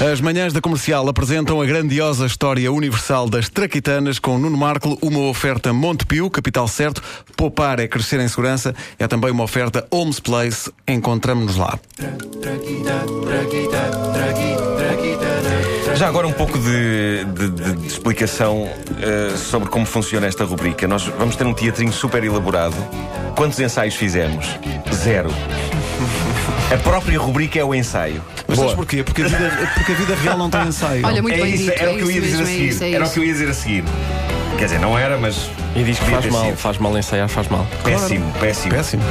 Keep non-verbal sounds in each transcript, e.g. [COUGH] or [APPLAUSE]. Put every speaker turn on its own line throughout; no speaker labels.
As manhãs da comercial apresentam a grandiosa história universal das traquitanas com Nuno Marco, uma oferta Montepio, capital certo. Poupar é crescer em segurança. É também uma oferta Holmes Place. Encontramos-nos lá.
Já agora um pouco de, de- de- de explicação eh, sobre como funciona esta rubrica. Nós vamos ter um teatrinho super elaborado. Quantos ensaios fizemos? Zero. A própria rubrica é o ensaio.
Mas sabes porquê? Porque a vida, [LAUGHS] porque a vida real não tem ensaio.
Olha, muito
é
bem
isso,
dito,
era
é
o que eu ia
isso
dizer
mesmo,
a
é
seguir.
isso, é
era o
isso.
que eu ia dizer a seguir. Quer dizer, não era, mas.
E diz que
Podia
faz
ter
mal,
sido.
faz mal ensaiar, faz mal.
Péssimo, péssimo.
Péssimo.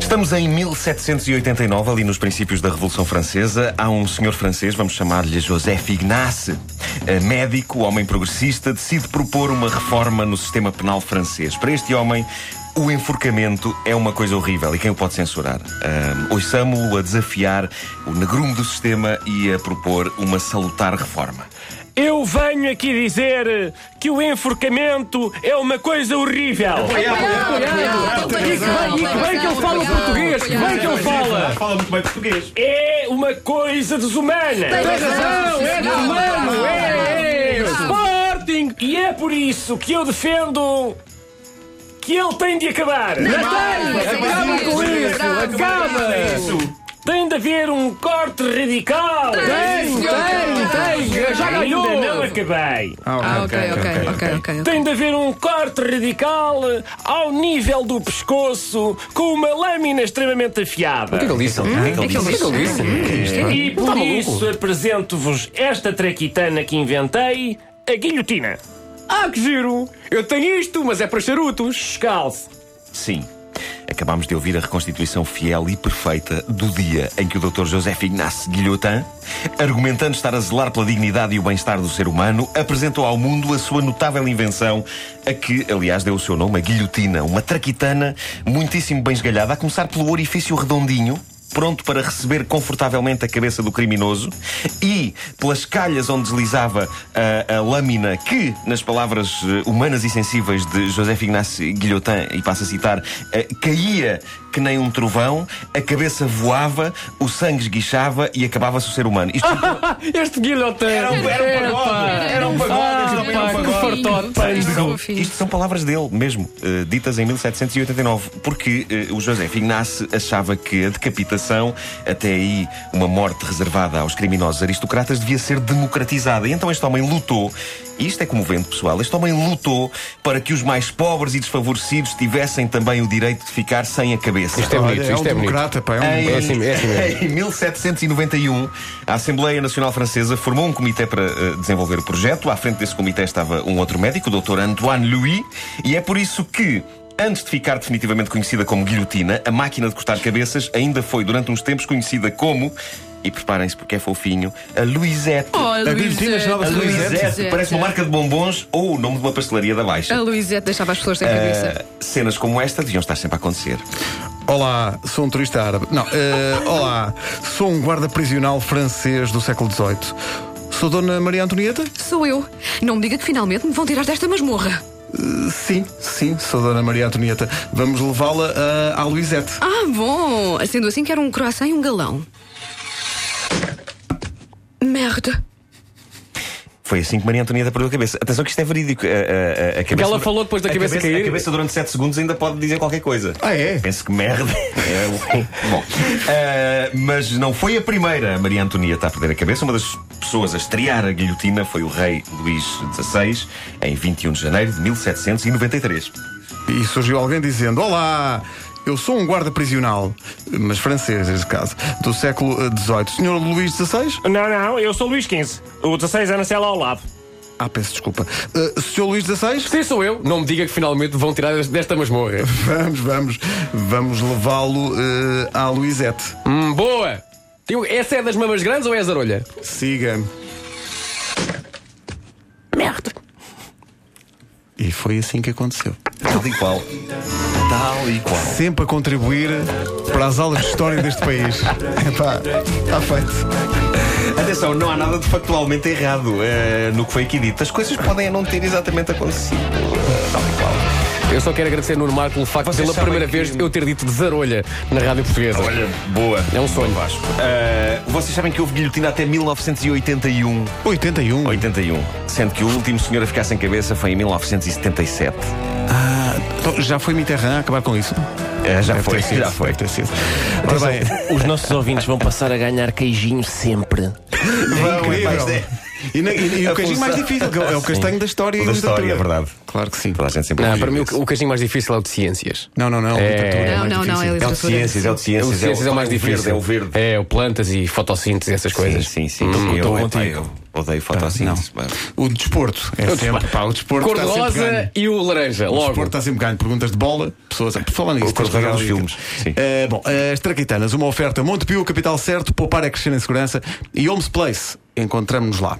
Estamos em 1789, ali nos princípios da Revolução Francesa. Há um senhor francês, vamos chamar-lhe Joseph Ignace, eh, médico, homem progressista, decide propor uma reforma no sistema penal francês. Para este homem, o enforcamento é uma coisa horrível e quem o pode censurar? Um, Ouçamo-lo a desafiar o negrume do sistema e a propor uma salutar reforma.
Eu venho aqui dizer que o enforcamento é uma coisa horrível. E que bem que ele fala português, que bem que ele fala.
Fala muito bem português.
É uma coisa desumana. Tem razão, é desumano, é, é. Sporting! E é por isso que eu defendo que ele tem de acabar. Não tem! Acaba com isso, acaba! Tem de haver um corte radical.
Tem, tem, tem.
Já ganhou! Ainda não acabei.
Ah, ok, ok, ok, ok.
Tem de haver um corte radical ao nível do pescoço com uma lâmina extremamente afiada.
um
hum,
é
E por isso apresento-vos esta traquitana que inventei, a guilhotina.
Ah, que giro! Eu tenho isto, mas é para charutos.
Descalço.
Sim. Acabámos de ouvir a reconstituição fiel e perfeita do dia em que o Dr. José Ignace Guilhotin, argumentando estar a zelar pela dignidade e o bem-estar do ser humano, apresentou ao mundo a sua notável invenção, a que, aliás, deu o seu nome, a guilhotina, uma traquitana muitíssimo bem esgalhada, a começar pelo orifício redondinho, pronto para receber confortavelmente a cabeça do criminoso e pelas calhas onde deslizava ah, a, lâmina que, nas palavras eh, humanas e sensíveis de José Ignacio Guilhotin, e passo a citar, eh, caía que nem um trovão, a cabeça voava, o sangue esguichava e acabava-se o ser humano. Isto
Ah, Este guilhotin. Era
era um pagode, era um pagode, isto também era um
que
pagode.
fartote.
Isto são-
Fofinho.
Isto são palavras dele mesmo, eh, ditas em 1789, porque eh, o José Ignace achava que a decapitação, até aí uma morte reservada aos criminosos aristocratas, devia ser democratizada. E então este homem lutou, e isto é comovente, pessoal, este homem lutou para que os mais pobres e desfavorecidos tivessem também o direito de ficar sem a cabeça.
Isto é
Olha,
bonito,
é um
isto é bonito.
democrata, pá. É um...
Em,
É assim- é assim mesmo.
em 1791, a Assembleia Nacional Francesa formou um comitê para eh, desenvolver o projeto. À frente desse comitê estava um outro médico, o Dr. Antoine Louis, e é por isso que. Antes de ficar definitivamente conhecida como guilhotina, a máquina de cortar cabeças ainda foi, durante uns tempos, conhecida como, e preparem-se porque é fofinho, a Luisette.
Oh,
A guilhotina
a
chamava-se
Luisette,
Luisette.
parece uma marca de bombons ou o nome de uma pastelaria da Baixa.
A Luizete deixava as pessoas sem cabeça.
Eh, cenas como esta deviam estar sempre a acontecer.
Olá, sou um turista árabe. Não, eh, olá, sou um guarda prisional francês do século XVIII. Sou Dona Maria Antonieta?
Sou eu. Não me diga que finalmente me vão tirar desta masmorra.
Sim, sim, sou Dona Maria Antonieta. Vamos levá-la ah, à Luisete.
Ah, bom. Sendo assim, quero um croissant e um galão. Merda.
Foi assim que Maria Antonieta perdeu a cabeça. Atenção que isto é verídico. A, a- a- a cabeça
ela falou depois da
a
cabeça cair.
A cabeça durante 7 segundos ainda pode dizer qualquer coisa.
Ah, é?
Penso que merda. É, [LAUGHS] Bom, ah, mas não foi a primeira a Maria Antonieta a perder a cabeça. Uma das pessoas a estrear a guilhotina foi o rei Luís XVI em 21 de janeiro de 1793.
E surgiu alguém dizendo: Olá, eu sou um guarda prisional, mas francês, neste caso, do século eh, XVIII. Senhor Luís XVI?
Não, não, eu sou Luís XV. O 16 é na cela ao lado.
Ah, peço desculpa. Eh, senhor Luís XVI?
Sim, sou eu. Não me diga que finalmente vão tirar desta masmorra.
[LAUGHS] Vamos, vamos, vamos levá-lo eh, à Luisete.
Hum, boa! Tio, Essa é das mamas grandes ou é a zarolha?
Siga-me.
Merda!
E foi assim que aconteceu.
Tudo igual. Tal e qual.
Sempre a contribuir para as aulas de história deste
[LAUGHS]
país. tá
Epá, está feito.
Atenção, não há nada de factualmente errado eh, no que foi aqui dito. As coisas podem é não ter exatamente acontecido. Tal e qual.
Eu só quero agradecer a Nuno Marco pelo facto de,
Vocês
pela
sabem
primeira
que-
vez, eu ter dito de zarolha na rádio portuguesa.
Olha, boa.
É um sonho.
Boa, Vasco. Eh, vocês sabem que houve guilhotina até 1981.
81.
81. Sendo que o último senhor a ficar sem cabeça foi em 1977.
Ah, então já foi Mitterrand a acabar com isso?
Eh, já,
Deve
foi,
ter sido,
já foi, é-
deve ter sido. Ora bem,
Os nossos ouvintes vão passar a ganhar queijinho sempre.
Vão,
incrível.
mais de-
e, na- e- e
A
o queijinho
função-
mais difícil, que é o- é o castanho da história e
Da
literatura.
história, é verdade.
Claro que sim.
Toda a gente sempre
Não,
fugiu
para mim
disso.
o, o caixinho mais difícil é o de ciências.
Não, não, não.
É.
literatura é
Não,
mais
não, não, é
difícil.
É o
literatura.
de ciências, é o de ciências.
O de ciências é o mais difícil.
verde, É o verde.
É o plantas e fotossíntese, essas coisas. Hum,
Sim, sim, sim. sim. Eu,
estou
epá,
contigo.
eu odeio fotossíntese. pá.
O desporto é sempre. Pá, o desporto está sempre ganho.
Cor-de-rosa e o
É,
laranja,
O
logo.
desporto está sempre ganho. Perguntas de bola, pessoas. Falando nisso,
O cor-de-rosa
tens que
dos
ligar
filmes,
ali.
sim.
Eh, bom, as Traquitanas, uma oferta Montepio, capital certo, poupar é crescer em segurança e Homes Place. Encontramos-nos lá.